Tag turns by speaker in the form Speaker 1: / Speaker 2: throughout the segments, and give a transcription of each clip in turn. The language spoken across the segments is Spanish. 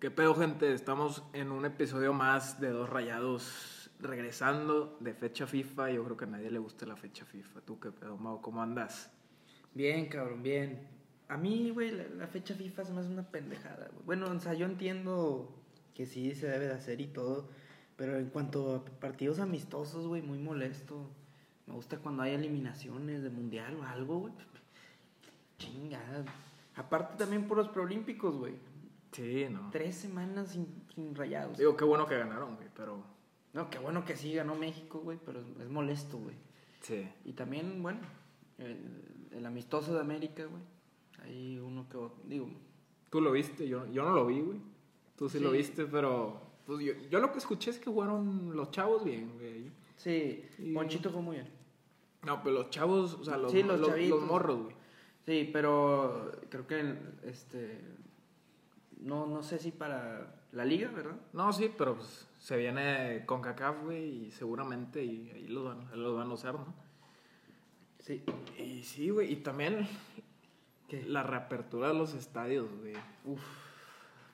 Speaker 1: ¿Qué pedo, gente? Estamos en un episodio más de Dos Rayados regresando de fecha FIFA. Yo creo que a nadie le gusta la fecha FIFA. ¿Tú qué pedo, Mau? ¿Cómo andas?
Speaker 2: Bien, cabrón, bien. A mí, güey, la, la fecha FIFA se me hace una pendejada, güey. Bueno, o sea, yo entiendo que sí se debe de hacer y todo, pero en cuanto a partidos amistosos, güey, muy molesto. Me gusta cuando hay eliminaciones de mundial o algo, güey. Chingada. Aparte también por los proolímpicos, güey.
Speaker 1: Sí, no.
Speaker 2: Tres semanas sin, sin rayados.
Speaker 1: Digo, qué bueno que ganaron, güey, pero
Speaker 2: No, qué bueno que sí ganó México, güey, pero es- es molesto, güey.
Speaker 1: sí.
Speaker 2: Y también, bueno, el, el amistoso de América, güey. Hay uno que otro, digo,
Speaker 1: Tú lo viste, yo, yo no lo vi, güey. Tú sí, lo
Speaker 2: Sí.
Speaker 1: viste, pero pues, yo, yo lo que escuché es que jugaron los chavos bien, güey.
Speaker 2: sí,
Speaker 1: Y-
Speaker 2: Ponchito fue muy bien.
Speaker 1: No, pero los chavos, o sea, los,
Speaker 2: Sí, los
Speaker 1: los,
Speaker 2: chavitos.
Speaker 1: los morros, güey.
Speaker 2: Sí, pero creo que el- este no no sé si para la liga, ¿verdad?
Speaker 1: No, sí, pero pues, se viene con CACAF, güey, y seguramente y, ahí los van, ahí los van a usar, ¿no?
Speaker 2: Sí.
Speaker 1: Y sí, güey, y también la reapertura de los estadios, güey.
Speaker 2: Uf.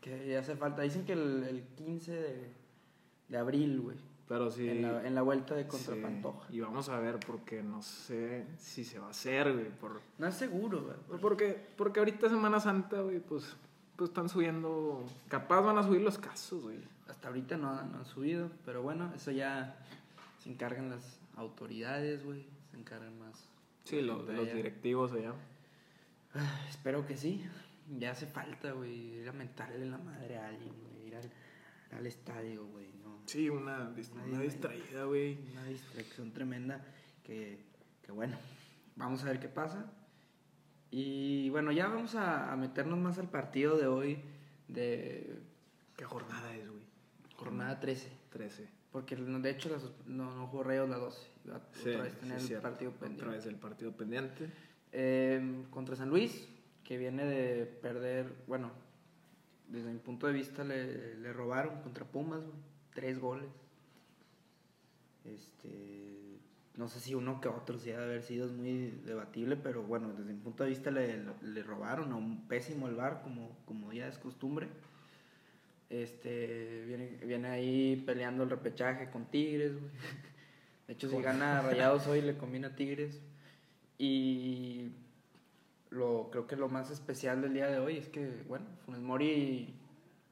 Speaker 2: Que ya hace falta. Dicen que el, el 15 de, de abril, güey.
Speaker 1: Pero sí.
Speaker 2: En, la, en la vuelta de
Speaker 1: sí.
Speaker 2: contra Pantoja.
Speaker 1: Y vamos a ver, porque no sé si se va a hacer, güey. Por,
Speaker 2: No es seguro, güey.
Speaker 1: porque, porque ahorita Semana Santa, güey, pues, pues están subiendo. Capaz van a subir los casos, güey.
Speaker 2: Hasta ahorita no, han- no han subido, pero bueno, eso ya se encargan las autoridades, güey. Se encargan más.
Speaker 1: Sí, los,
Speaker 2: gente
Speaker 1: los
Speaker 2: allá.
Speaker 1: directivos allá.
Speaker 2: Ah, Espero que sí. Ya hace falta, güey. Ir a mentarle la madre a alguien, güey. Ir al, al estadio, güey. No.
Speaker 1: Sí, una, dis-
Speaker 2: Nadie-
Speaker 1: una
Speaker 2: nadie-
Speaker 1: distraída, güey.
Speaker 2: Una distracción tremenda que, que bueno, vamos a ver qué pasa. Y bueno, ya vamos a, a meternos más al partido de hoy de
Speaker 1: ¿Qué jornada es, güey?
Speaker 2: jornada 13.
Speaker 1: 13.
Speaker 2: Porque no- de hecho la sus- no, no jugó Rayos la 12. Iba a
Speaker 1: Sí,
Speaker 2: otra vez
Speaker 1: sí,
Speaker 2: tener el
Speaker 1: cierto.
Speaker 2: partido pendiente.
Speaker 1: Otra vez el partido pendiente.
Speaker 2: Eh, contra San Luis, que viene de perder, bueno, desde mi punto de vista le, le robaron contra Pumas, güey, tres goles. Este, no sé si uno que otro sí ha de haber sido es muy debatible, pero bueno, desde mi punto de vista le, le robaron a un pésimo el bar, como, como ya es costumbre. Este, viene, viene ahí peleando el repechaje con Tigres, güey. De hecho, si gana Rayados hoy, le combina a Tigres. Y lo, creo que lo más especial del día de hoy es que, bueno, Funes Mori,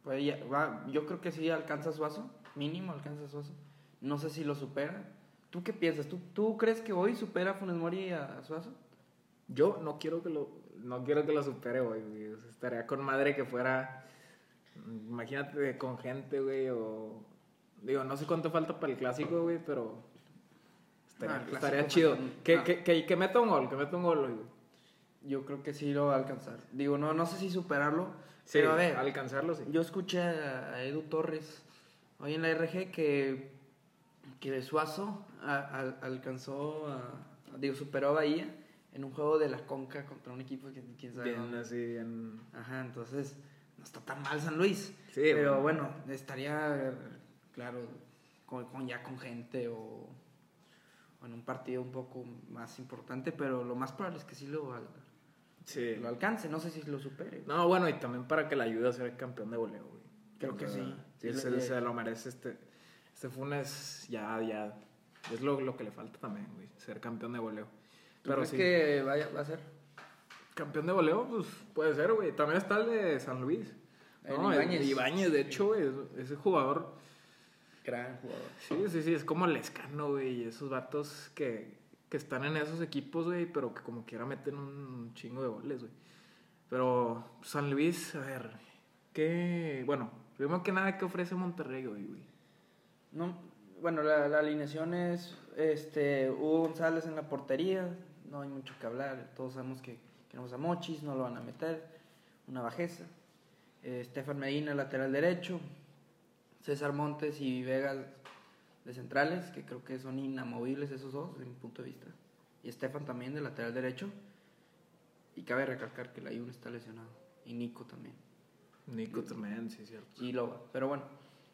Speaker 2: puede ya- va- yo creo que sí alcanza a Suazo, mínimo alcanza a Suazo. No sé si lo supera. ¿Tú qué piensas? ¿Tú, tú crees que hoy supera Funes Mori a, a Suazo?
Speaker 1: Yo no quiero que lo, no quiero que lo supere, güey. güey. O sea, estaría con madre que fuera, mm, imagínate, con gente, güey, o... Digo, no sé cuánto falta para el clásico, güey, pero... Estaría,
Speaker 2: No, el clásico
Speaker 1: estaría
Speaker 2: falta
Speaker 1: chido.
Speaker 2: un-
Speaker 1: Que,
Speaker 2: ah.
Speaker 1: que, que, que meta un gol, que meta un gol, güey.
Speaker 2: Yo creo que sí lo va a alcanzar. Digo, no, no sé si superarlo.
Speaker 1: Sí,
Speaker 2: pero a ver,
Speaker 1: alcanzarlo, sí.
Speaker 2: Yo escuché a, a Edu Torres hoy en la RG que, que Suazo a- a- alcanzó, a- digo, superó a Bahía en un juego de la Conca contra un equipo que quién sabe
Speaker 1: Bien,
Speaker 2: dónde.
Speaker 1: así, bien...
Speaker 2: Ajá, entonces no está tan mal San Luis.
Speaker 1: Sí,
Speaker 2: pero bueno, estaría, claro, con, con- ya con gente o, o en un partido un poco más importante, pero lo más probable es que sí lo, al-
Speaker 1: Sí.
Speaker 2: lo alcance. No sé si lo supere.
Speaker 1: No, bueno, y también para que le ayude a ser campeón de voleo, güey.
Speaker 2: Creo que sí.
Speaker 1: Sí,
Speaker 2: Sí,
Speaker 1: se,
Speaker 2: le-
Speaker 1: se lo merece este... Este Funes ya, ya... Es lo, lo que le falta también, güey. Ser campeón de voleo.
Speaker 2: ¿Tú crees que vaya, va a ser?
Speaker 1: Campeón de voleo, pues puede ser, güey. También está el de San Luis.
Speaker 2: El
Speaker 1: No,
Speaker 2: Ibáñez.
Speaker 1: El Ibáñez, de hecho, güey. es- Ese jugador.
Speaker 2: Gran jugador.
Speaker 1: Sí, sí, sí. Es como el escano, güey. y Esos vatos que, que están en esos equipos, güey. Pero que como quiera meten un chingo de goles, güey. Pero San Luis, a ver. ¿Qué. Bueno, primero que nada, ¿qué ofrece Monterrey, hoy, güey?
Speaker 2: No, bueno, la, la alineación es este, Hugo González en la portería. No hay mucho que hablar. Todos sabemos que queremos a Mochis, no lo van a meter. Una bajeza. Eh, Estefan Medina, lateral derecho. César Montes y Vegas de centrales, que creo que son inamovibles esos dos, desde mi punto de vista. Y Estefan también de lateral derecho. Y cabe recalcar que la Layun está lesionado. Y Nico también.
Speaker 1: Nico también, sí, cierto.
Speaker 2: y Loba. Pero bueno,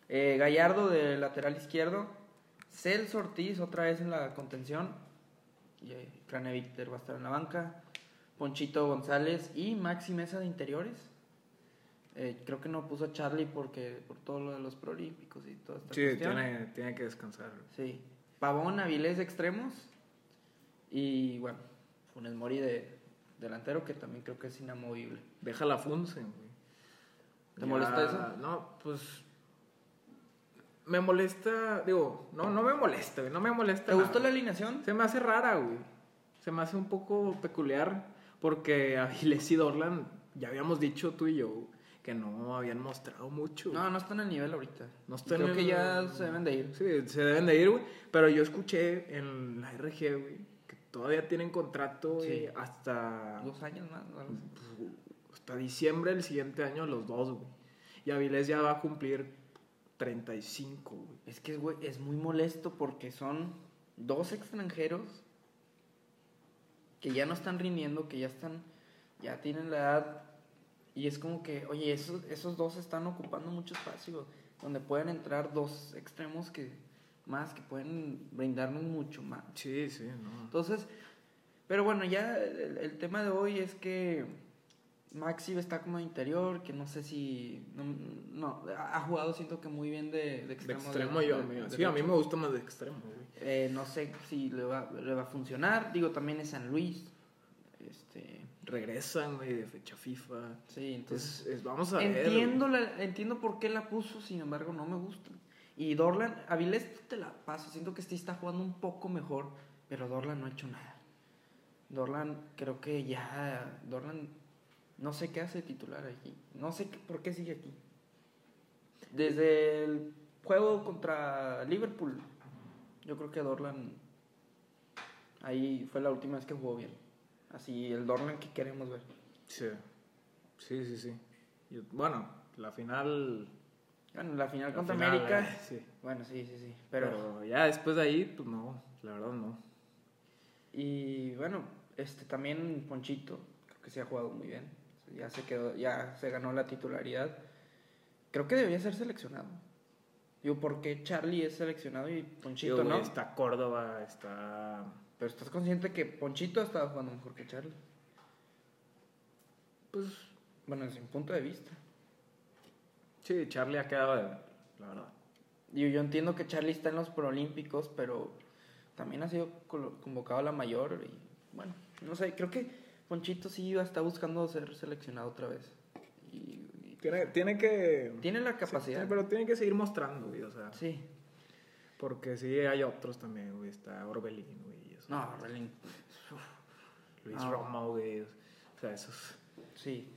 Speaker 2: eh, Gallardo de lateral izquierdo, Celso Ortiz otra vez en la contención, y, eh, Crane Víctor va a estar en la banca, Ponchito González y Maxi Mesa de interiores. Eh, creo que no puso a Charlie porque, por todo lo de los Prolímpicos y toda esta
Speaker 1: Sí,
Speaker 2: cuestión.
Speaker 1: tiene, tiene que descansar.
Speaker 2: Sí. Pavón, Avilés, extremos. Y bueno, Funes Mori de delantero, que también creo que es inamovible.
Speaker 1: Deja la Funsen, güey.
Speaker 2: ¿Te molesta eso?
Speaker 1: No, pues. Me molesta, digo, no, no me molesta, güey, no me molesta.
Speaker 2: ¿Te gustó la
Speaker 1: nada.
Speaker 2: alineación?
Speaker 1: Se me hace rara, güey. Se me hace un poco peculiar porque Avilés y Dorlan, ya habíamos dicho tú y yo, que no habían mostrado mucho.
Speaker 2: No, no están al nivel ahorita.
Speaker 1: No están
Speaker 2: creo
Speaker 1: en
Speaker 2: que
Speaker 1: el-
Speaker 2: ya se deben de ir.
Speaker 1: Sí, se deben de ir, güey. Pero yo escuché en la RG, güey, que todavía tienen contrato güey,
Speaker 2: Sí.
Speaker 1: hasta, pues,
Speaker 2: Dos años más. o algo así.
Speaker 1: hasta diciembre del siguiente año, los dos, güey. Y Avilés ya va a cumplir 35, güey.
Speaker 2: Es que, güey, es muy molesto porque son dos extranjeros que ya no están rindiendo, que ya están, ya tienen la edad. Y es como que, oye, esos, esos dos están ocupando mucho espacio, donde pueden entrar dos extremos que más, que pueden brindarnos mucho más.
Speaker 1: Sí, sí, no.
Speaker 2: Entonces, pero bueno, ya el, el tema de hoy es que Maxi está como de interior, que no sé si, no, no, ha ha jugado siento que muy bien de, de
Speaker 1: De
Speaker 2: extremo.
Speaker 1: extremo yo, amigo. Sí, a mí me gusta más de extremo, güey.
Speaker 2: Eh, no sé si le va, le va a funcionar. Digo, también es San Luis. Este,
Speaker 1: Regresan, güey, de fecha FIFA.
Speaker 2: sí, entonces.
Speaker 1: Entonces, es- vamos a ver.
Speaker 2: entiendo, la- entiendo por qué la puso, sin embargo, no me gusta. Y Dorlan, Avilés te la paso. Siento que este está jugando un poco mejor, pero Dorlan no ha hecho nada. Dorlan, creo que ya. Dorlan, no sé qué hace titular aquí. No sé qué- por qué sigue aquí. Desde el juego contra Liverpool, yo creo que Dorlan. Ahí fue la última vez que jugó bien. Así, el Dorlan que queremos ver.
Speaker 1: Sí, sí, sí. sí. Yo- bueno, la final.
Speaker 2: Bueno, la final
Speaker 1: la
Speaker 2: contra
Speaker 1: final,
Speaker 2: América.
Speaker 1: eh, sí.
Speaker 2: Bueno, sí, sí, sí.
Speaker 1: Pero,
Speaker 2: Pero,
Speaker 1: ya después de ahí, pues no, la verdad no.
Speaker 2: y bueno, este también Ponchito, creo que se ha jugado muy bien. Ya se quedó, ya se ganó la titularidad. Creo que debería ser seleccionado. Digo, ¿por qué Charlie es seleccionado y Ponchito
Speaker 1: Digo, güey,
Speaker 2: no?
Speaker 1: Está Córdoba, está.
Speaker 2: Pero estás consciente que Ponchito ha estado jugando mejor que Charlie.
Speaker 1: Pues
Speaker 2: Bueno, desde mi punto de vista.
Speaker 1: sí, Charlie ha quedado, de- la verdad.
Speaker 2: Digo, yo entiendo que Charlie está en los Prolímpicos, pero también ha sido colo- convocado a la mayor. Y bueno, no sé, creo que Ponchito sí está buscando ser seleccionado otra vez. Y, y-
Speaker 1: Tiene, que.
Speaker 2: tiene la capacidad. Sí,
Speaker 1: pero tiene que seguir mostrando, güey, o sea. Porque sí, hay otros también, güey. Está Orbelín, güey. y eso.
Speaker 2: No, Orbelín,
Speaker 1: Luis
Speaker 2: no.
Speaker 1: Romo, güey. O sea, esos.
Speaker 2: sí.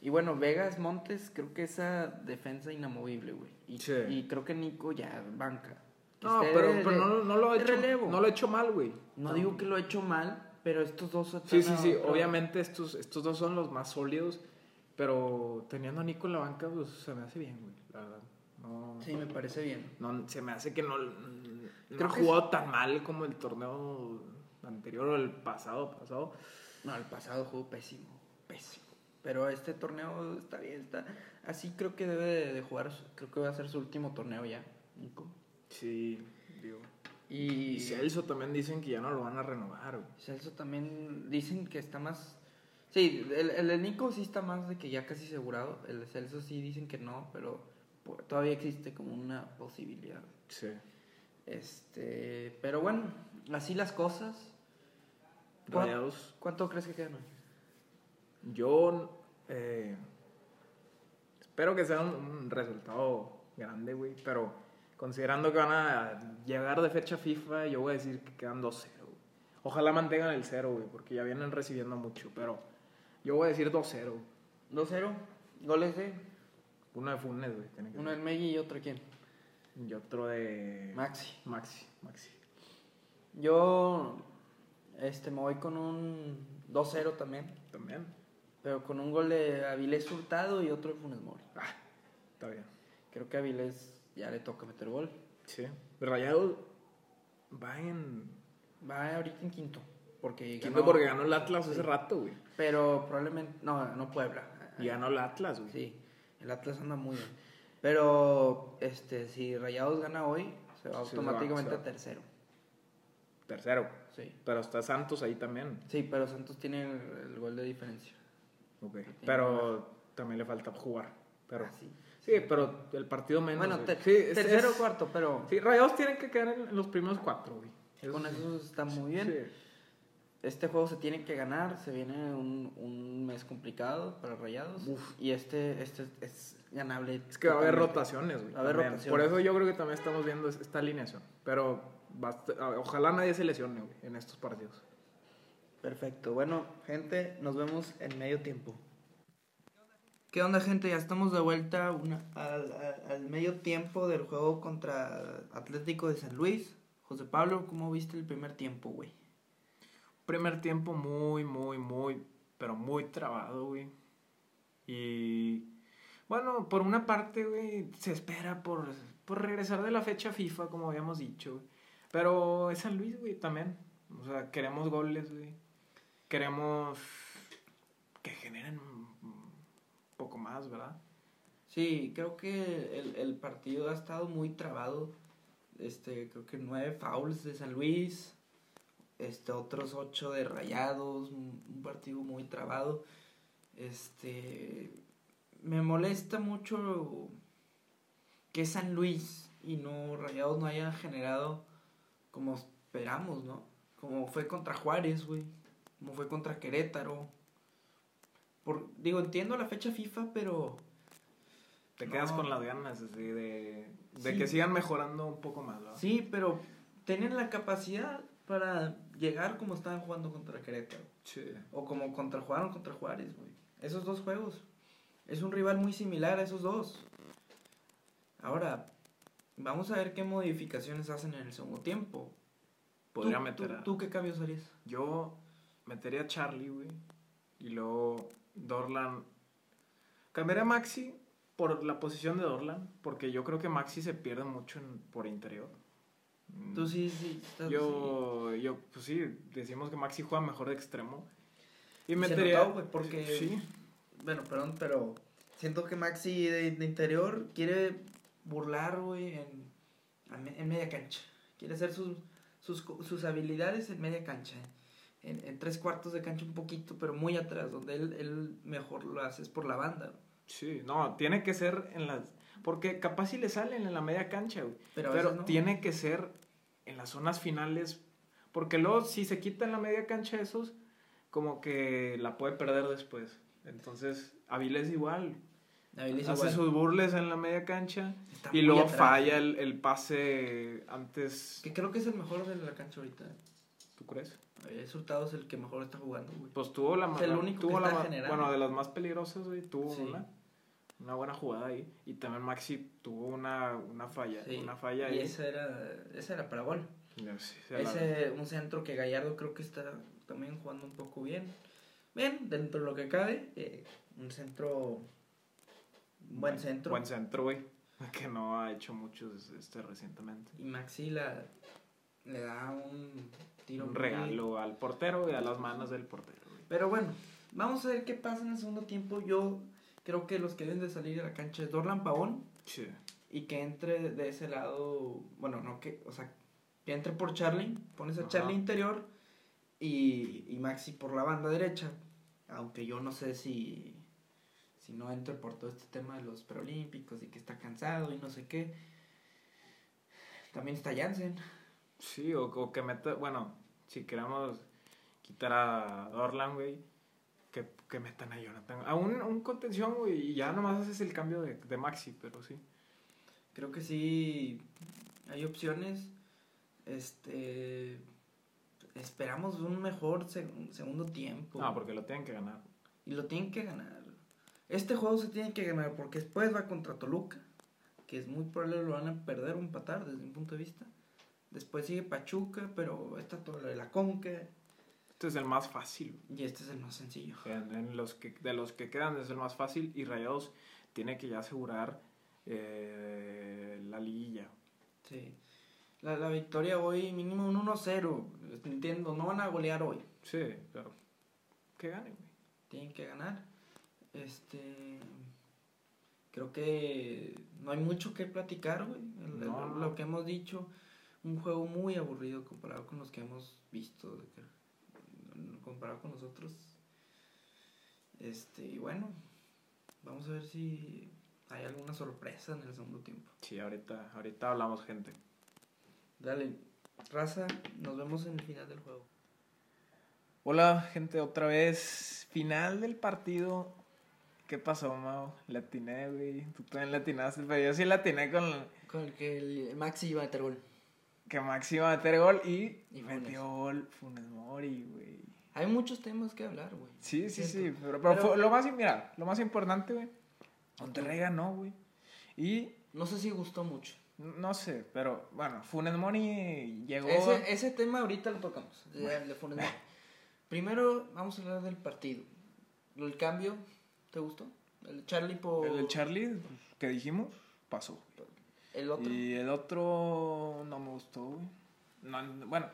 Speaker 2: Y bueno, Vegas Montes, creo que esa defensa inamovible, güey. Y,
Speaker 1: Sí.
Speaker 2: y creo que Nico ya banca. Que
Speaker 1: No,
Speaker 2: esté
Speaker 1: pero,
Speaker 2: de-
Speaker 1: pero no, no lo ha
Speaker 2: de
Speaker 1: hecho,
Speaker 2: relevo.
Speaker 1: no lo ha hecho mal, güey.
Speaker 2: No digo que lo he hecho mal, pero estos dos
Speaker 1: Sí, sí,
Speaker 2: están a
Speaker 1: sí.
Speaker 2: otro-
Speaker 1: Obviamente estos, estos dos son los más sólidos. Pero teniendo a Nico en la banca, pues se me hace bien, güey. La verdad. No,
Speaker 2: Sí, me parece bien.
Speaker 1: no, se me hace que no, no
Speaker 2: Creo
Speaker 1: ha
Speaker 2: que
Speaker 1: jugado tan mal como el torneo anterior o el pasado, pasado.
Speaker 2: No, el pasado jugó pésimo, pésimo. Pero este torneo está bien, está. Así creo que debe de, de jugar. su- Creo que va a ser su último torneo ya, Nico.
Speaker 1: Sí, digo.
Speaker 2: Y,
Speaker 1: Y Celso también dicen que ya no lo van a renovar, güey.
Speaker 2: Celso también dicen que está más. Sí, el, el de Nico sí está más de que ya casi asegurado. El de Celso sí dicen que no, pero po- todavía existe como una posibilidad.
Speaker 1: Sí.
Speaker 2: Este, pero bueno, así las cosas. ¿Cuá-
Speaker 1: Rayados.
Speaker 2: ¿Cuánto crees que quedan hoy?
Speaker 1: Yo eh, espero que sea un, un resultado grande, güey, pero considerando que van a llegar de fecha FIFA, yo voy a decir que quedan 2-0. güey. Ojalá mantengan el 0, güey, porque ya vienen recibiendo mucho, pero yo voy a decir 2-0.
Speaker 2: 2-0. Goles de
Speaker 1: Uno de Funes, güey, tiene que
Speaker 2: uno del Megui y otro quién?
Speaker 1: Y otro de
Speaker 2: Maxi.
Speaker 1: Maxi, Maxi.
Speaker 2: Yo este, me voy con un 2-0 también,
Speaker 1: También.
Speaker 2: pero con un gol de Avilés Hurtado y otro de Funes Mori.
Speaker 1: Ah, está bien.
Speaker 2: Creo que a Avilés ya le toca meter gol.
Speaker 1: Sí. Rayados va en
Speaker 2: Va ahorita en quinto, porque
Speaker 1: quinto
Speaker 2: ganó-
Speaker 1: porque ganó el Atlas hace rato, güey.
Speaker 2: Pero probablemente, no, no Puebla.
Speaker 1: Y ganó el Atlas, güey.
Speaker 2: Ah. Sí, el Atlas anda muy bien. Pero este, si Rayados gana hoy, se va
Speaker 1: Sí, se va,
Speaker 2: automáticamente
Speaker 1: se va.
Speaker 2: a tercero.
Speaker 1: Tercero.
Speaker 2: Sí.
Speaker 1: Pero está Santos ahí también.
Speaker 2: sí, pero Santos tiene el, el gol de diferencia.
Speaker 1: Pero también le falta jugar. Pero,
Speaker 2: Ah, sí.
Speaker 1: sí, pero el partido menos.
Speaker 2: Bueno,
Speaker 1: güey.
Speaker 2: te-
Speaker 1: Sí, es-
Speaker 2: tercero o
Speaker 1: es-
Speaker 2: cuarto, pero
Speaker 1: Sí, Rayados tienen que quedar en, en los primeros cuatro, güey. Eso
Speaker 2: con
Speaker 1: sí.
Speaker 2: eso está muy bien.
Speaker 1: Sí.
Speaker 2: Este juego se tiene que ganar, se viene un, un mes complicado para Rayados.
Speaker 1: Uf.
Speaker 2: Y este, este es ganable.
Speaker 1: Es que va a haber
Speaker 2: totalmente.
Speaker 1: rotaciones, güey.
Speaker 2: Va a haber
Speaker 1: también.
Speaker 2: rotaciones.
Speaker 1: Por eso yo creo que también estamos viendo es- esta alineación. Pero basta- a- ojalá nadie se lesione, güey, en estos partidos.
Speaker 2: Perfecto. Bueno, gente, nos vemos en medio tiempo. ¿Qué onda, gente? Ya estamos de vuelta una- al, al- al medio tiempo del juego contra Atlético de San Luis. José Pablo, ¿cómo viste el primer tiempo, güey?
Speaker 1: Primer tiempo muy, muy, muy, pero muy trabado, güey. Y bueno, por una parte, güey, se espera por, por regresar de la fecha FIFA, como habíamos dicho. güey. Pero es San Luis, güey, también. O sea, queremos goles, güey. Queremos que generen un poco más, ¿verdad?
Speaker 2: Sí, creo que el, el partido ha estado muy trabado. Este, creo que nueve fouls de San Luis, este, otros ocho de Rayados, un un partido muy trabado. Este, me molesta mucho que San Luis y no Rayados no hayan generado como esperamos, ¿no? Como fue contra Juárez, güey, como fue contra Querétaro. Por, digo, entiendo la fecha FIFA, pero
Speaker 1: Te quedas
Speaker 2: No.
Speaker 1: con las ganas así, de, de
Speaker 2: Sí.
Speaker 1: que sigan mejorando un poco más, ¿verdad?
Speaker 2: Sí, pero tienen la capacidad para llegar como estaban jugando contra Querétaro.
Speaker 1: Sí.
Speaker 2: O como contra jugaron contra Juárez, güey. Esos dos juegos. Es un rival muy similar a esos dos. Ahora, vamos a ver qué modificaciones hacen en el segundo tiempo.
Speaker 1: Podría
Speaker 2: ¿Tú-
Speaker 1: meter
Speaker 2: tú-
Speaker 1: a-
Speaker 2: ¿Tú, qué cambios harías?
Speaker 1: Yo metería a Charlie, güey. Y luego Dorlan. Cambiaría a Maxi por la posición de Dorlan. Porque yo creo que Maxi se pierde mucho en- por interior. Mm,
Speaker 2: Tú sí, sí. estás-
Speaker 1: Yo, yo, pues sí, decimos que Maxi juega mejor de extremo. Y
Speaker 2: Se
Speaker 1: metería.
Speaker 2: notó, güey, porque-
Speaker 1: Sí,
Speaker 2: sí. Bueno, perdón, pero siento que Maxi de, de interior quiere burlar, güey, en, a me- en media cancha. Quiere hacer sus, sus, co- sus habilidades en media cancha. ¿eh? En, en tres cuartos de cancha un poquito, pero muy atrás, donde él, él mejor lo hace es por la banda.
Speaker 1: sí. No, tiene que ser en las. Porque capaz si le salen en la media cancha, güey.
Speaker 2: Pero, a
Speaker 1: Pero
Speaker 2: veces no.
Speaker 1: tiene que ser en las zonas finales. Porque luego, si se quita en la media cancha esos, como que la puede perder después. Entonces, Avilés igual.
Speaker 2: David es
Speaker 1: hace
Speaker 2: igual.
Speaker 1: sus burles en la media cancha.
Speaker 2: Está
Speaker 1: Y
Speaker 2: muy
Speaker 1: luego
Speaker 2: atrás,
Speaker 1: falla
Speaker 2: güey.
Speaker 1: el, el pase antes.
Speaker 2: Que creo que es el mejor de la cancha ahorita.
Speaker 1: ¿Tú crees?
Speaker 2: David Hurtado es el que mejor está jugando, güey.
Speaker 1: Pues tuvo la
Speaker 2: Es
Speaker 1: más.
Speaker 2: el único
Speaker 1: tuvo
Speaker 2: que
Speaker 1: la
Speaker 2: está
Speaker 1: ma-
Speaker 2: generando.
Speaker 1: Bueno, de las más peligrosas, güey. Tuvo
Speaker 2: Sí.
Speaker 1: una. Una buena jugada ahí. Y también Maxi tuvo una, una falla.
Speaker 2: Sí.
Speaker 1: Una falla
Speaker 2: y
Speaker 1: ahí.
Speaker 2: esa era, esa era para gol.
Speaker 1: No sé, se la-
Speaker 2: Ese un centro que Gallardo creo que está también jugando un poco bien. Bien, dentro de lo que cabe, eh, un centro, un buen centro.
Speaker 1: Buen centro, güey. Que no ha hecho muchos este, recientemente.
Speaker 2: Y Maxi la- le da un tiro.
Speaker 1: Un
Speaker 2: muy-
Speaker 1: regalo al portero y a las manos del portero, güey.
Speaker 2: Pero bueno, vamos a ver qué pasa en el segundo tiempo. Yo creo que los que deben de salir a la cancha es Dorlan Pavón
Speaker 1: Sí.
Speaker 2: y que entre de ese lado, bueno, no que, o sea, que entre por Charlie, pones a
Speaker 1: Ajá.
Speaker 2: Charlie interior y, y Maxi por la banda derecha, aunque yo no sé si, si no entre por todo este tema de los preolímpicos y que está cansado y no sé qué. También está Jansen.
Speaker 1: Sí, o, o que meta, bueno, si queremos quitar a Dorlan, güey, que, que metan a Jonathan. A un, un contención, güey, y ya nomás haces el cambio de, de Maxi, pero sí.
Speaker 2: Creo que sí hay opciones. Este esperamos un mejor seg- segundo tiempo.
Speaker 1: No, porque lo tienen que ganar.
Speaker 2: Y lo tienen que ganar. Este juego se tiene que ganar porque después va contra Toluca, que es muy probable lo van a perder o empatar desde mi punto de vista. Después sigue Pachuca, pero está todo lo de la Conca
Speaker 1: Este es el más fácil, güey.
Speaker 2: y este es el más sencillo.
Speaker 1: En- en los que, de los que quedan es el más fácil y Rayados tiene que ya asegurar eh, la liguilla.
Speaker 2: Sí. La, la victoria hoy mínimo un 1-0. Entiendo, no van a golear hoy.
Speaker 1: Sí, pero que gane, güey.
Speaker 2: Tienen que ganar. Este creo que no hay mucho que platicar, güey. El- el-
Speaker 1: No, no.
Speaker 2: Lo que hemos dicho, un juego muy aburrido comparado con los que hemos visto, de que- comparado con nosotros. Este, y bueno, vamos a ver si
Speaker 3: hay alguna sorpresa en el segundo tiempo.
Speaker 1: Sí, ahorita, ahorita hablamos, gente.
Speaker 3: Dale, raza, nos vemos en el final del juego.
Speaker 1: Hola, gente, otra vez. Final del partido. ¿Qué pasó, Mau? Latiné, güey. Tú también latinaste, pero yo sí latiné con
Speaker 2: Con el que el Maxi iba a meter gol.
Speaker 1: que Maxi iba a meter gol y,
Speaker 2: Y Funes.
Speaker 1: metió gol Funes Mori, güey.
Speaker 2: Hay muchos temas que hablar, güey.
Speaker 1: Sí, sí, sí.
Speaker 2: Siento.
Speaker 1: Pero, pero
Speaker 2: Pero-
Speaker 1: fue lo más, mira, lo más importante, güey. Monterrey ganó, güey. Y
Speaker 2: No sé si gustó mucho.
Speaker 1: no sé, pero bueno, Funes Mori llegó.
Speaker 2: Ese, ese tema ahorita lo tocamos. de-
Speaker 1: Bueno.
Speaker 2: de Funes Mori. Primero vamos a hablar del partido. El cambio, ¿te gustó? El Charlie por
Speaker 1: El del Charlie pues, que dijimos pasó.
Speaker 2: el otro.
Speaker 1: Y el otro no me gustó, güey. No, no, bueno,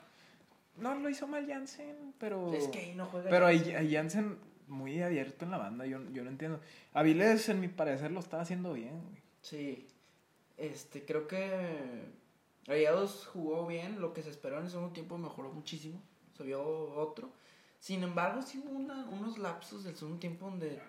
Speaker 1: no lo hizo mal Jansen, pero.
Speaker 2: Es que ahí no juega.
Speaker 1: Pero a
Speaker 2: Charlie.
Speaker 1: a Jansen muy abierto en la banda, yo, yo no entiendo. Avilés, en mi parecer, lo estaba haciendo bien, güey.
Speaker 2: Sí. Este, creo que Rayados jugó bien, lo que se esperó en el segundo tiempo mejoró muchísimo, se vio otro. Sin embargo, sí hubo una- unos lapsos del segundo tiempo donde,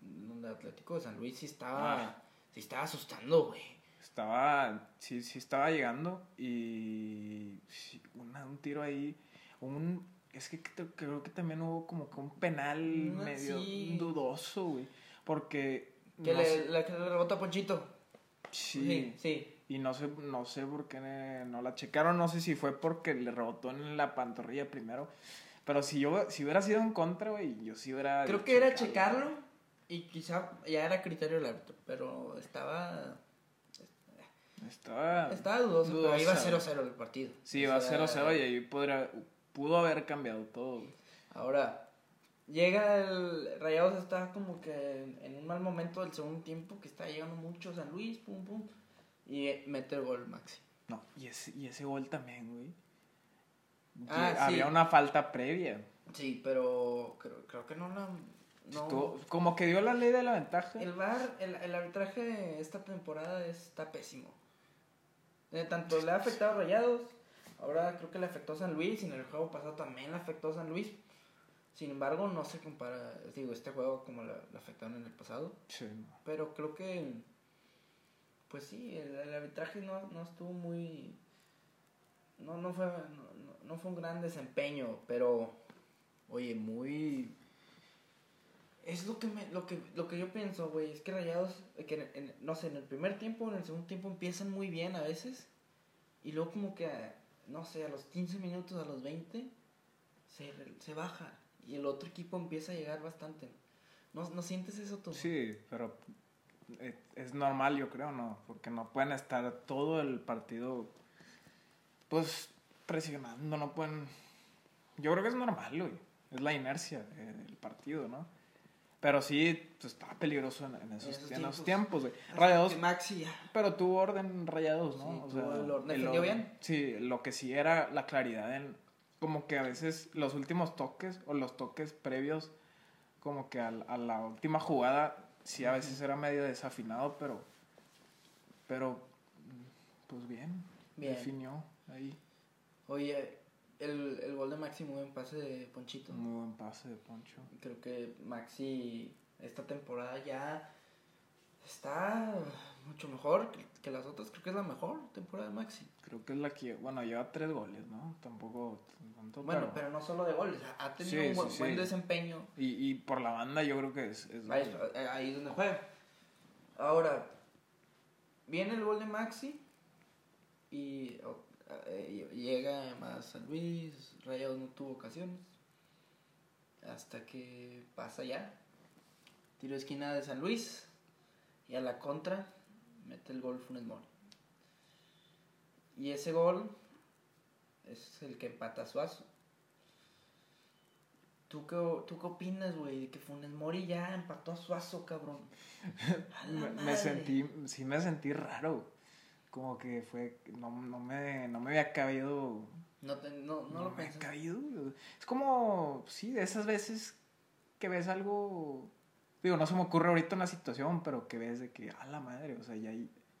Speaker 2: donde Atlético de San Luis sí estaba,
Speaker 1: Ah.
Speaker 2: sí estaba asustando, güey.
Speaker 1: Estaba, sí, sí estaba llegando y sí, una- un tiro ahí, un, es que te- creo que también hubo como que un penal
Speaker 2: Una-
Speaker 1: medio
Speaker 2: Mm, sí.
Speaker 1: dudoso, güey, porque
Speaker 2: Que
Speaker 1: no
Speaker 2: le,
Speaker 1: sé-
Speaker 2: la que le rebota a Ponchito.
Speaker 1: sí,
Speaker 2: Sí, sí.
Speaker 1: y no sé, no sé por qué no la checaron, no sé si fue porque le rebotó en la pantorrilla primero, pero si yo, si hubiera sido en contra, güey, yo sí hubiera...
Speaker 2: Creo que era
Speaker 1: checado.
Speaker 2: checarlo y quizá ya era criterio del árbitro, pero estaba,
Speaker 1: Estaba...
Speaker 2: estaba dudoso, pero iba
Speaker 1: Dudosa.
Speaker 2: 0-0 el partido.
Speaker 1: Sí,
Speaker 2: O
Speaker 1: va
Speaker 2: sea,
Speaker 1: 0-0 y ahí podría, pudo haber cambiado todo, güey.
Speaker 2: Ahora, llega el Rayados, está como que en un mal momento del segundo tiempo, que está llegando mucho San Luis, pum, pum, y eh, mete el gol Maxi.
Speaker 1: No, y ese, y ese gol también, güey.
Speaker 2: Ah,
Speaker 1: Que
Speaker 2: sí.
Speaker 1: Había una falta previa.
Speaker 2: Sí, pero creo, creo que no la... No.
Speaker 1: Estuvo- como que dio la ley de la ventaja.
Speaker 2: El VAR, el, el arbitraje esta temporada está pésimo. Eh, tanto le ha afectado a Rayados, ahora creo que le afectó a San Luis, y en el juego pasado también le afectó a San Luis. Sin embargo, no se compara, digo, este juego como la- lo afectaron en el pasado.
Speaker 1: Sí, no.
Speaker 2: Pero creo que. Pues sí, el, el arbitraje no, no estuvo muy. No, no, fue, no, no- no fue un gran desempeño, pero. Oye, muy. Es lo que, me, lo que, lo que yo pienso, güey. Es que Rayados, eh, que en- en- no sé, en el primer tiempo, en el segundo tiempo empiezan muy bien a veces. Y luego, como que, a- no sé, a los 15 minutos, a los 20, se, se baja. Y el otro equipo empieza a llegar bastante. ¿No, no sientes eso tú?
Speaker 1: Sí, pero eh, es normal, yo creo, ¿no? Porque no pueden estar todo el partido, pues, presionando, no pueden... Yo creo que es normal, güey. Es la inercia de- del partido, ¿no? Pero sí, pues, estaba peligroso en, en esos,
Speaker 2: En esos
Speaker 1: en los
Speaker 2: tiempos.
Speaker 1: tiempos, güey.
Speaker 2: Hasta
Speaker 1: Rayados
Speaker 2: que Maxi ya.
Speaker 1: Pero tuvo orden rayados, ¿no?
Speaker 2: Sí, tuvo el orden. ¿Defendió bien?
Speaker 1: Sí, lo que sí era la claridad en. Como que a veces los últimos toques o los toques previos, como que al- a, la última jugada, sí a veces era medio desafinado, pero. Pero. mm, Pues bien.
Speaker 2: Bien.
Speaker 1: Definió ahí.
Speaker 2: Oye, el, el gol de Maxi muy buen pase de Ponchito.
Speaker 1: Muy buen pase de Poncho.
Speaker 2: Creo que Maxi esta temporada ya está mucho mejor que, que las otras. Creo que es la mejor temporada de Maxi.
Speaker 1: Creo que es la que. Bueno, lleva tres goles, ¿no? Tampoco tanto.
Speaker 2: Bueno,
Speaker 1: pero-
Speaker 2: pero no solo de goles. Ha tenido
Speaker 1: Sí,
Speaker 2: un buen,
Speaker 1: sí,
Speaker 2: buen
Speaker 1: sí.
Speaker 2: desempeño.
Speaker 1: Y, y por la banda yo creo que es. es lo
Speaker 2: Ahí,
Speaker 1: que-
Speaker 2: es- eh, ahí es donde juega. Ahora, viene el gol de Maxi y o- eh, llega más San Luis, Rayados no tuvo ocasiones. Hasta que pasa ya. Tiro de esquina de San Luis y a la contra mete el gol Funes Mori. Y ese gol es el que empata a Suazo. ¿Tú qué, ¿Tú qué opinas, güey? De que Funes Mori ya empató a Suazo, cabrón. A la
Speaker 1: me,
Speaker 2: madre.
Speaker 1: me sentí, sí me sentí raro. Como que fue, no, no, me, no me había cabido.
Speaker 2: No, te- no, no, lo
Speaker 1: me había
Speaker 2: pensé.
Speaker 1: cabido. Es como, sí, de esas veces que ves algo. Digo, no se me ocurre ahorita una situación, pero que ves de que, a la madre, o sea, ya,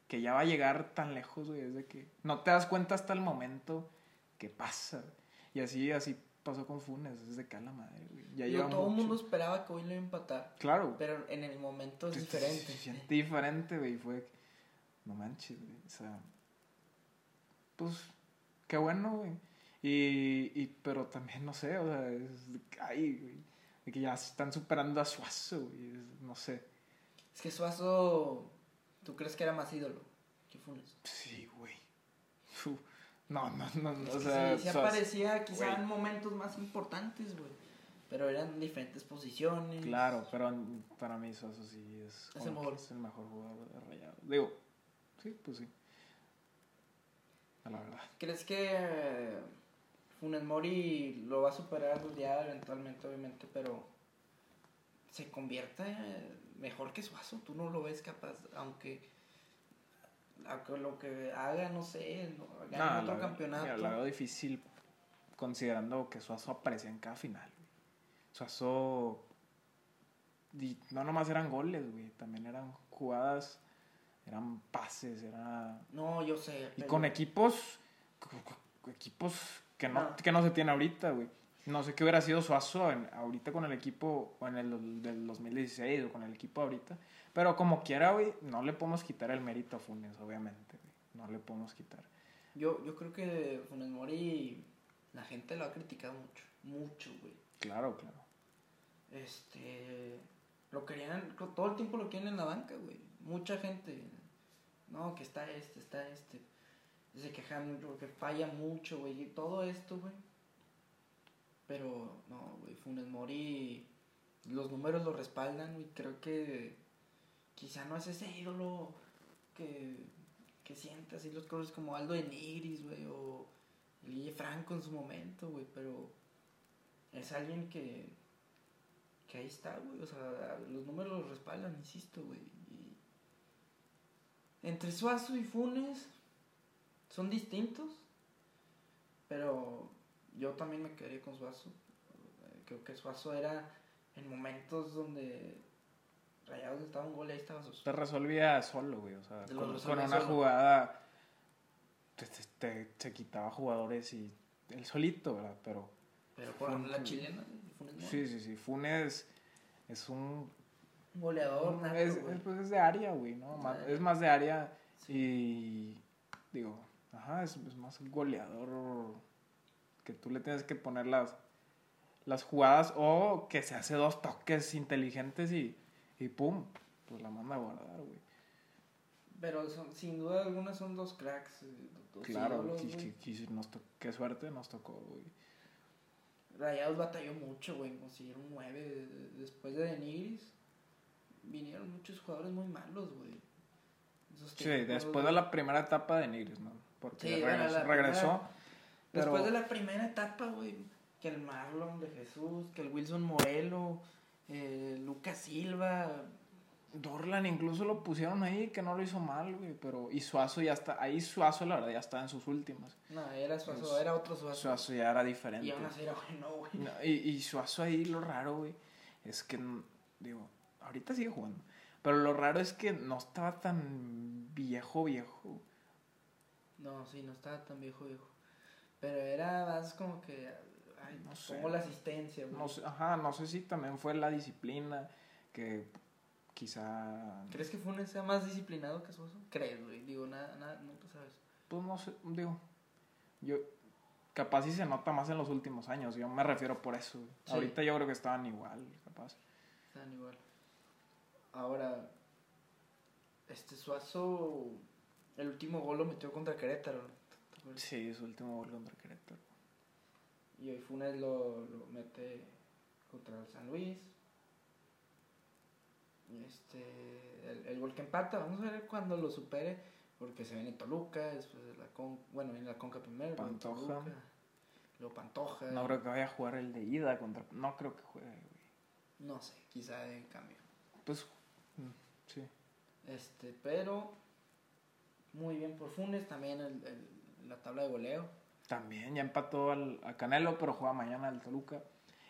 Speaker 1: que ya va a llegar tan lejos, güey, es de que no te das cuenta hasta el momento que pasa. Y así, así pasó con Funes, es de acá la madre, güey. Ya
Speaker 2: Digo,
Speaker 1: lleva
Speaker 2: todo el
Speaker 1: mucho.
Speaker 2: mundo esperaba que hoy lo iba a empatar.
Speaker 1: Claro.
Speaker 2: Pero en el momento es
Speaker 1: te- te-
Speaker 2: Pues diferente.
Speaker 1: Se siente diferente, güey. Fue. No manches, güey. O sea. Pues. Qué bueno, güey. Y, y. Pero también, no sé, o sea. Es, de que, ay, güey. De que ya están superando a Suazo, güey. es- no sé.
Speaker 2: Es que Suazo, ¿tú crees que era más ídolo que Funes?
Speaker 1: Sí, güey. Fu- No, no, no, no.
Speaker 2: Es
Speaker 1: O
Speaker 2: que
Speaker 1: sea.
Speaker 2: sí, sí
Speaker 1: Suazo-
Speaker 2: aparecía quizá
Speaker 1: güey.
Speaker 2: en momentos más importantes, güey. Pero eran diferentes posiciones.
Speaker 1: Claro, pero n- para mí Suazo sí es,
Speaker 2: Es el
Speaker 1: como que
Speaker 2: mejor.
Speaker 1: es el mejor jugador de Rayados. Digo, sí, pues sí. La verdad.
Speaker 2: ¿Crees que eh, Funes Mori lo va a superar Dudiado eventualmente, obviamente, pero se convierte mejor que Suazo? Tú no lo ves capaz, aunque, aunque lo que haga, no sé, no, gane
Speaker 1: No,
Speaker 2: otro
Speaker 1: la-
Speaker 2: campeonato.
Speaker 1: mira, la veo difícil considerando que Suazo aparecía en cada final. güey. Suazo. y no nomás eran goles, güey. También eran jugadas, eran pases, era.
Speaker 2: No, yo sé.
Speaker 1: Y
Speaker 2: pero-
Speaker 1: con equipos. cu- cu- cu- Equipos que no,
Speaker 2: No.
Speaker 1: que no se tiene ahorita, güey. No sé qué hubiera sido Suazo en- ahorita con el equipo, o en el dos- del 2016, o con el equipo ahorita. Pero como quiera, güey, no le podemos quitar el mérito a Funes, obviamente, güey. No le podemos quitar.
Speaker 2: Yo, yo creo que Funes Mori, la gente lo ha criticado mucho, mucho, güey.
Speaker 1: Claro, claro.
Speaker 2: Este. Lo querían. Todo el tiempo lo quieren en la banca, güey. Mucha gente. No, que está este, está este. Se quejan mucho, que falla mucho, güey. Y todo esto, güey. Pero, no, güey. Funes Mori. Los números lo respaldan, güey. Creo que. Quizá no es ese ídolo que. Que siente así los colores como Aldo de Nigris, güey. O. El Guille Franco en su momento, güey. Pero. Es alguien que que ahí está, güey. O sea, los números los respaldan, insisto, güey. Y... Entre Suazo y Funes son distintos, pero yo también me quedaría con Suazo. Eh, Creo que Suazo era en momentos donde Rayados estaba un gol y ahí estaba Suazo.
Speaker 1: Te resolvía solo, güey. O sea,
Speaker 2: Te lo
Speaker 1: con,
Speaker 2: resolvía
Speaker 1: con una
Speaker 2: solo.
Speaker 1: jugada te, te- te- te quitaba jugadores y él solito, ¿verdad? Pero
Speaker 2: Pero por
Speaker 1: Funes-
Speaker 2: la chilena, güey, Funes Mori.
Speaker 1: sí, sí, sí. Funes es un.
Speaker 2: Un goleador, nato,
Speaker 1: es,
Speaker 2: güey.
Speaker 1: es- pues, es de área, güey, ¿no? Más-
Speaker 2: Área.
Speaker 1: es más de área
Speaker 2: Sí.
Speaker 1: y. Digo, ajá, es, es más goleador que tú le tienes que poner las, las jugadas o que se hace dos toques inteligentes y, y pum, pues la manda a guardar, güey.
Speaker 2: Pero son- sin duda alguna son dos cracks. eh, Dos
Speaker 1: Claro,
Speaker 2: ídolos,
Speaker 1: que,
Speaker 2: güey.
Speaker 1: nos to- qué suerte nos tocó, güey.
Speaker 2: Rayados batalló mucho, güey, en conseguir un 9 de- de- después de Denigris. Vinieron muchos jugadores muy malos, güey. Esos
Speaker 1: Sí,
Speaker 2: técnicos,
Speaker 1: después de
Speaker 2: güey.
Speaker 1: la primera etapa de Nigris, ¿no? Porque
Speaker 2: Sí, bueno,
Speaker 1: regresó,
Speaker 2: la
Speaker 1: regresó, pero
Speaker 2: Después de la primera etapa, güey, que el Marlon de Jesús, que el Wilson Morelo, eh, Lucas Silva,
Speaker 1: Dorlan incluso lo pusieron ahí, que no lo hizo mal, güey, pero... Y Suazo ya está, ahí Suazo la verdad ya estaba en sus últimas.
Speaker 2: no, era Suazo,
Speaker 1: Pues,
Speaker 2: era otro Suazo.
Speaker 1: Suazo ya era diferente.
Speaker 2: Y aún así era bueno, güey.
Speaker 1: No, y, y Suazo ahí lo raro, güey, es que, n- digo, ahorita sigue jugando. Pero lo raro es que no estaba tan viejo, viejo.
Speaker 2: No, sí, no estaba tan viejo, viejo. Pero era más como que, ay,
Speaker 1: No
Speaker 2: no
Speaker 1: sé.
Speaker 2: pongo la asistencia, güey.
Speaker 1: No sé, ajá, no sé si también fue la disciplina que quizá...
Speaker 2: ¿Crees que Funes sea más disciplinado que Suazo? Crees, güey. Digo, nada, nada, nunca sabes.
Speaker 1: Pues no sé, digo, yo... Capaz sí se nota más en los últimos años, yo me refiero por eso. güey.
Speaker 2: Sí.
Speaker 1: Ahorita yo creo que estaban igual, capaz.
Speaker 2: Están igual. Ahora, este Suazo, el último gol lo metió contra Querétaro. ¿no? ¿Te acuerdas?
Speaker 1: Sí, su último gol contra Querétaro.
Speaker 2: Y hoy Funes lo, lo mete contra el San Luis. Y Este, el, el gol que empata, vamos a ver cuando lo supere, porque se viene Toluca, después de la con, bueno, en la Conca primero, luego
Speaker 1: Pantoja.
Speaker 2: Toluca, luego Pantoja.
Speaker 1: No creo que vaya a jugar el de ida contra... No creo que juegue, güey.
Speaker 2: No sé, quizá en cambio.
Speaker 1: Pues, mm, sí.
Speaker 2: Este, pero muy bien por Funes, también el- el- la tabla de goleo.
Speaker 1: También ya empató al, a Canelo, pero juega mañana al Toluca.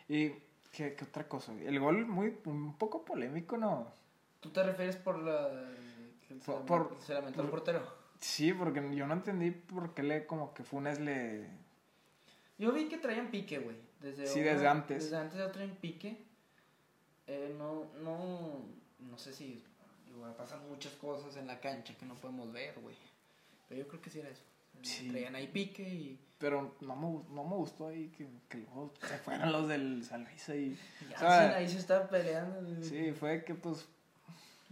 Speaker 1: Y, ¿qué, qué otra cosa? güey? El gol muy, un poco polémico, ¿no?
Speaker 2: ¿Tú te refieres por la que se
Speaker 1: Por-
Speaker 2: lament-
Speaker 1: por-
Speaker 2: se lamentó el
Speaker 1: por-
Speaker 2: portero?
Speaker 1: Sí, porque yo no entendí por qué le, como que Funes le...
Speaker 2: Yo vi que traían pique, güey. Desde
Speaker 4: Sí,
Speaker 2: ahora-
Speaker 4: desde antes.
Speaker 2: Desde antes de otro en pique. eh, no, no, no sé si igual pasan muchas cosas en la cancha que no podemos ver, güey. Pero yo creo que sí era eso.
Speaker 1: Sí.
Speaker 2: Traían ahí pique y,
Speaker 1: Pero no me, gu- no me gustó ahí que, que luego se fueran los del San Luis ahí.
Speaker 2: y
Speaker 1: O sea,
Speaker 2: Arsenal ahí se está peleando. güey.
Speaker 1: Ah. Sí, fue que pues.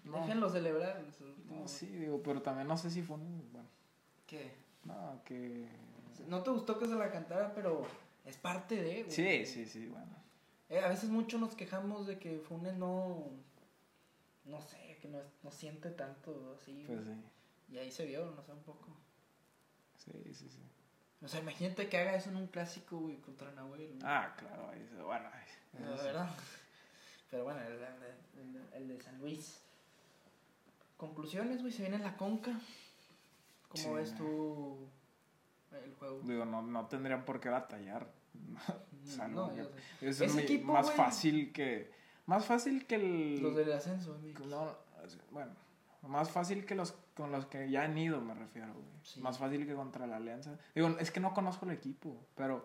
Speaker 1: No,
Speaker 2: Déjenlo celebrar. en su
Speaker 1: no,
Speaker 2: último-
Speaker 1: sí, digo, pero también no sé si fue un. Bueno,
Speaker 2: ¿Qué?
Speaker 1: no, que.
Speaker 2: No te gustó que se la cantara, pero es parte de. güey.
Speaker 1: Sí, sí, sí, bueno.
Speaker 2: Eh, a veces mucho nos quejamos de que Funes no. No sé, que no, no siente tanto así.
Speaker 1: Pues sí.
Speaker 2: Y ahí se vio, no sé, un poco.
Speaker 1: Sí, sí, sí.
Speaker 2: O sea, imagínate que haga eso en un clásico, güey, contra Nahuel. güey.
Speaker 1: Ah, claro, ahí se- bueno. ahí-
Speaker 2: No,
Speaker 1: eso sí.
Speaker 2: ¿verdad? Pero bueno, el, el- el- el de San Luis. Conclusiones, güey, se viene la conca. ¿Cómo
Speaker 1: Sí.
Speaker 2: ves tú el juego?
Speaker 1: Digo, no, no tendrían por qué batallar. o sea, no, yo-
Speaker 2: yo sé.
Speaker 1: Es
Speaker 2: Ese
Speaker 1: mi-
Speaker 2: equipo,
Speaker 1: más
Speaker 2: güey.
Speaker 1: fácil que. Más fácil que el.
Speaker 2: Los del ascenso, güey.
Speaker 1: Pues No, bueno, más fácil que los con los que ya han ido, me refiero, güey.
Speaker 2: Sí.
Speaker 1: Más fácil que contra la Alianza. Digo, es que no conozco el equipo, pero,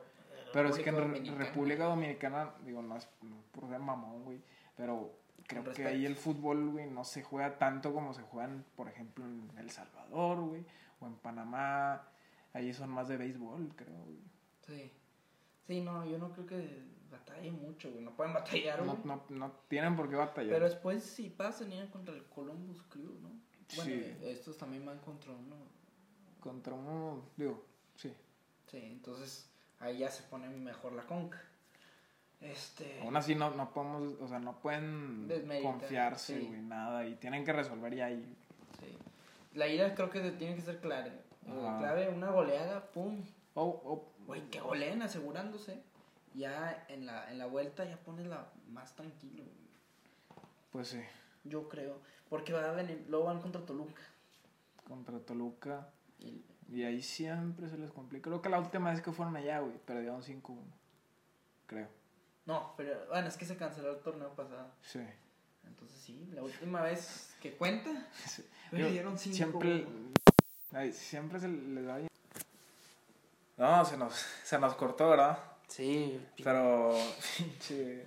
Speaker 1: pero es que en Re-
Speaker 2: Dominicana.
Speaker 1: República Dominicana, digo, no es no es por ser mamón, güey, pero creo que
Speaker 2: respeto.
Speaker 1: ahí el fútbol, güey, no se juega tanto como se juega, en, por ejemplo, en El Salvador, güey, o en Panamá. Ahí son más de béisbol, creo, güey.
Speaker 2: Sí. Sí, no, yo no creo que batalle mucho, güey. No pueden batallar, güey.
Speaker 1: No, no, no tienen por qué batallar.
Speaker 2: Pero después si pasan ir contra el Columbus Crew, ¿no? Bueno,
Speaker 1: Sí.
Speaker 2: estos también van contra uno.
Speaker 1: Contra uno, digo, sí.
Speaker 2: Sí, entonces ahí ya se pone mejor la conca. Este.
Speaker 1: Aún así no, no podemos, o sea, no pueden
Speaker 2: Desmeritar,
Speaker 1: confiarse,
Speaker 2: sí.
Speaker 1: güey, nada. Y tienen que resolver ya ahí.
Speaker 2: sí. La ida creo que se tiene que ser clara.
Speaker 1: Ajá.
Speaker 2: Clave, una goleada, pum.
Speaker 1: O, o-
Speaker 2: Güey, que goleen asegurándose. Ya en la, en la vuelta ya pones la más tranquilo, güey.
Speaker 1: pues sí,
Speaker 2: yo creo. Porque va a venir, luego van contra Toluca.
Speaker 1: contra Toluca.
Speaker 2: Y-
Speaker 1: Y ahí siempre se les complica. Creo que la última vez que fueron allá, güey, perdieron 5-1. Creo.
Speaker 2: no, pero bueno, es que se canceló el torneo pasado.
Speaker 1: Sí.
Speaker 2: Entonces sí, la última vez que cuenta,
Speaker 1: Sí.
Speaker 2: perdieron cinco.
Speaker 1: Siempre, ay, siempre se les da bien. No, se nos, se nos cortó, ¿verdad?
Speaker 2: Sí,
Speaker 1: Pero, pinche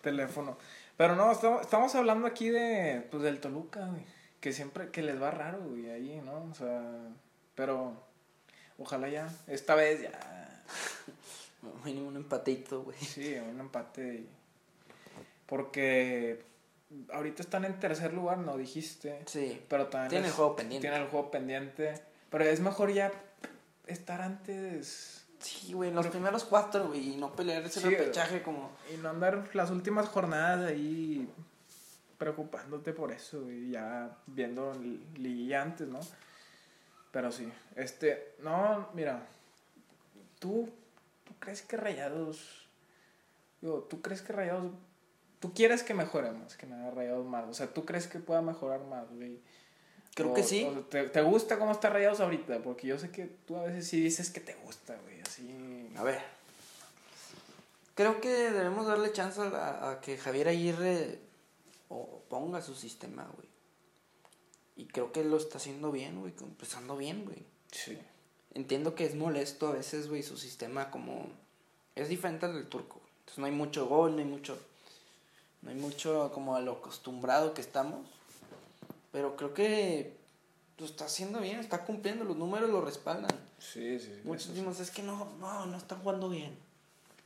Speaker 1: teléfono. Pero no, estamos, estamos hablando aquí de, pues, del Toluca, güey. Que siempre, que les va raro, güey, ahí, ¿no? O sea, pero, ojalá ya, esta vez ya,
Speaker 2: mínimo un empatito, güey.
Speaker 1: sí, un empate. y- porque ahorita están en tercer lugar, no dijiste.
Speaker 2: Sí.
Speaker 1: Pero también
Speaker 2: Tienen
Speaker 1: es-
Speaker 2: el juego pendiente.
Speaker 1: Tienen el juego pendiente. Pero es mejor ya estar antes...
Speaker 2: Sí, güey, los primeros cuatro, güey, y no pelear ese
Speaker 1: Sí,
Speaker 2: repechaje como...
Speaker 1: Y no andar las últimas jornadas ahí preocupándote por eso y ya viendo li- liguilla antes, ¿no? Pero sí, este, no, mira, tú, tú crees que Rayados, digo, tú crees que Rayados, tú quieres que mejore más, que nada Rayados más, o sea, tú crees que pueda mejorar más, güey.
Speaker 5: Creo
Speaker 1: O-
Speaker 5: que sí.
Speaker 1: o sea, ¿te, te gusta cómo está Rayados ahorita? Porque yo sé que tú a veces sí dices que te gusta, güey, así.
Speaker 5: A ver. Creo que debemos darle chance a, la- a que Javier Aguirre o- ponga su sistema, güey. Y creo que lo está haciendo bien, güey. Empezando bien, güey.
Speaker 1: Sí,
Speaker 5: Entiendo que es molesto a veces, güey, su sistema como... Es diferente al del turco. Entonces no hay mucho gol, no hay mucho... No hay mucho como a lo acostumbrado que estamos. Pero creo que lo está haciendo bien, está cumpliendo, los números lo respaldan.
Speaker 1: sí, sí. sí,
Speaker 5: Muchos
Speaker 1: eso sí.
Speaker 5: decimos, es que no, no, no están jugando bien.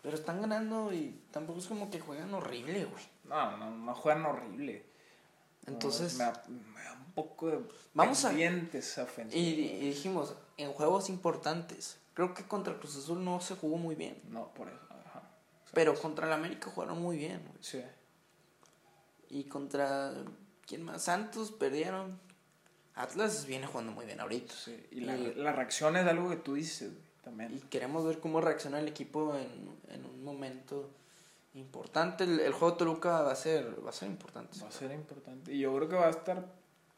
Speaker 5: Pero están ganando y tampoco es como que juegan horrible, güey.
Speaker 1: No, no, no juegan horrible. No,
Speaker 5: Entonces,
Speaker 1: me, da, me da un poco de
Speaker 5: Vamos a-
Speaker 1: pendientes
Speaker 5: y,
Speaker 1: ofensivos.
Speaker 5: y dijimos, en juegos importantes, creo que contra Cruz Azul no se jugó muy bien.
Speaker 1: No, por eso. Ajá.
Speaker 5: Pero contra el América jugaron muy bien, güey.
Speaker 1: Sí.
Speaker 5: Y contra, ¿quién más? Santos perdieron. Atlas viene jugando muy bien ahorita.
Speaker 1: sí. Y la,
Speaker 5: Y-
Speaker 1: la reacción es algo que tú dices güey, también.
Speaker 5: Y queremos ver cómo reacciona el equipo en, en un momento importante. El, el juego de Toluca va a ser, va a ser importante.
Speaker 1: va a ser importante. Y yo creo que va a estar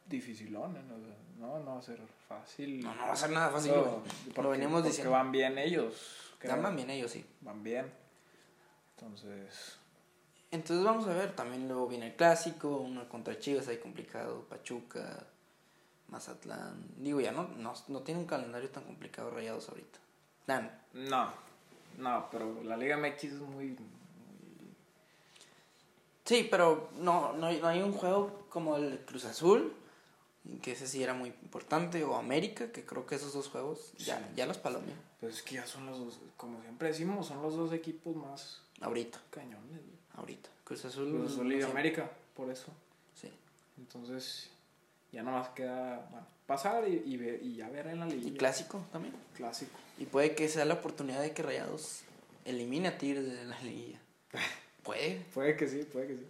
Speaker 1: dificilón. ¿eh? O sea, no, no va a ser fácil.
Speaker 5: No, no va a ser nada fácil,
Speaker 1: No,
Speaker 5: güey.
Speaker 1: porque-
Speaker 5: Lo venimos
Speaker 1: porque
Speaker 5: diciendo.
Speaker 1: van bien ellos. creo.
Speaker 5: Están bien ellos, sí.
Speaker 1: Van bien. Entonces,
Speaker 5: Entonces vamos a ver, también luego viene el clásico, uno contra Chivas ahí complicado, Pachuca, Mazatlán. Digo, ya no, no, no tiene un calendario tan complicado rayados ahorita. Dan,
Speaker 1: no. No, pero la Liga MX es muy.
Speaker 2: Sí, pero no, no, hay- no hay un juego como el Cruz Azul, que ese sí era muy importante, o América, que creo que esos dos juegos ya, ya los palomeó
Speaker 1: Pues es que ya son los dos, como siempre decimos, son los dos equipos más
Speaker 2: Ahorita,
Speaker 1: cañones. güey.
Speaker 2: ahorita. Cruz Azul.
Speaker 1: Cruz Azul y
Speaker 2: no sé.
Speaker 1: América, por eso.
Speaker 2: Sí.
Speaker 1: Entonces, ya nomás queda bueno, pasar y, y ver- y ya ver en la
Speaker 2: Y
Speaker 1: Liga.
Speaker 2: clásico también.
Speaker 1: Clásico.
Speaker 2: Y puede que sea la oportunidad de que Rayados elimine a Tigres de la liguilla. Puede.
Speaker 1: Puede que sí, puede que sí.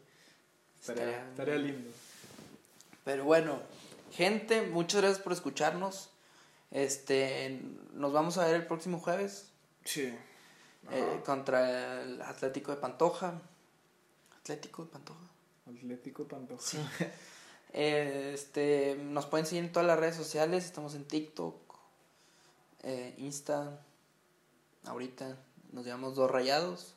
Speaker 1: Estaría,
Speaker 2: Estaría-
Speaker 1: estaría lindo.
Speaker 2: Pero bueno, gente, muchas gracias por escucharnos. Este, nos vamos a ver el próximo jueves
Speaker 1: Sí. Ah,
Speaker 2: eh, contra el Atlético de Pantoja. Atlético de Pantoja.
Speaker 1: Atlético tanto.
Speaker 2: Eh, este, nos pueden seguir en todas las redes sociales. Estamos en TikTok, eh, Insta. Ahorita nos llevamos dos rayados.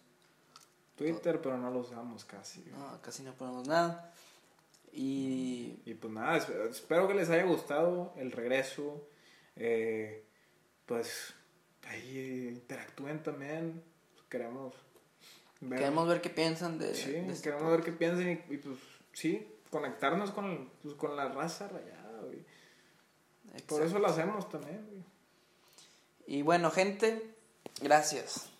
Speaker 1: Twitter, pero no lo usamos casi. güey.
Speaker 2: No, casi no ponemos nada. Y
Speaker 1: Y pues nada, esp- espero que les haya gustado el regreso. Eh, pues ahí eh, interactúen también. Queremos ver,
Speaker 2: queremos ver qué piensan de,
Speaker 1: sí,
Speaker 2: de este
Speaker 1: queremos ver qué piensan y, y, pues sí, conectarnos con, el- pues, con la raza rayada. güey.
Speaker 2: podcast.
Speaker 1: Por eso lo hacemos también. güey.
Speaker 2: Y bueno, gente, gracias.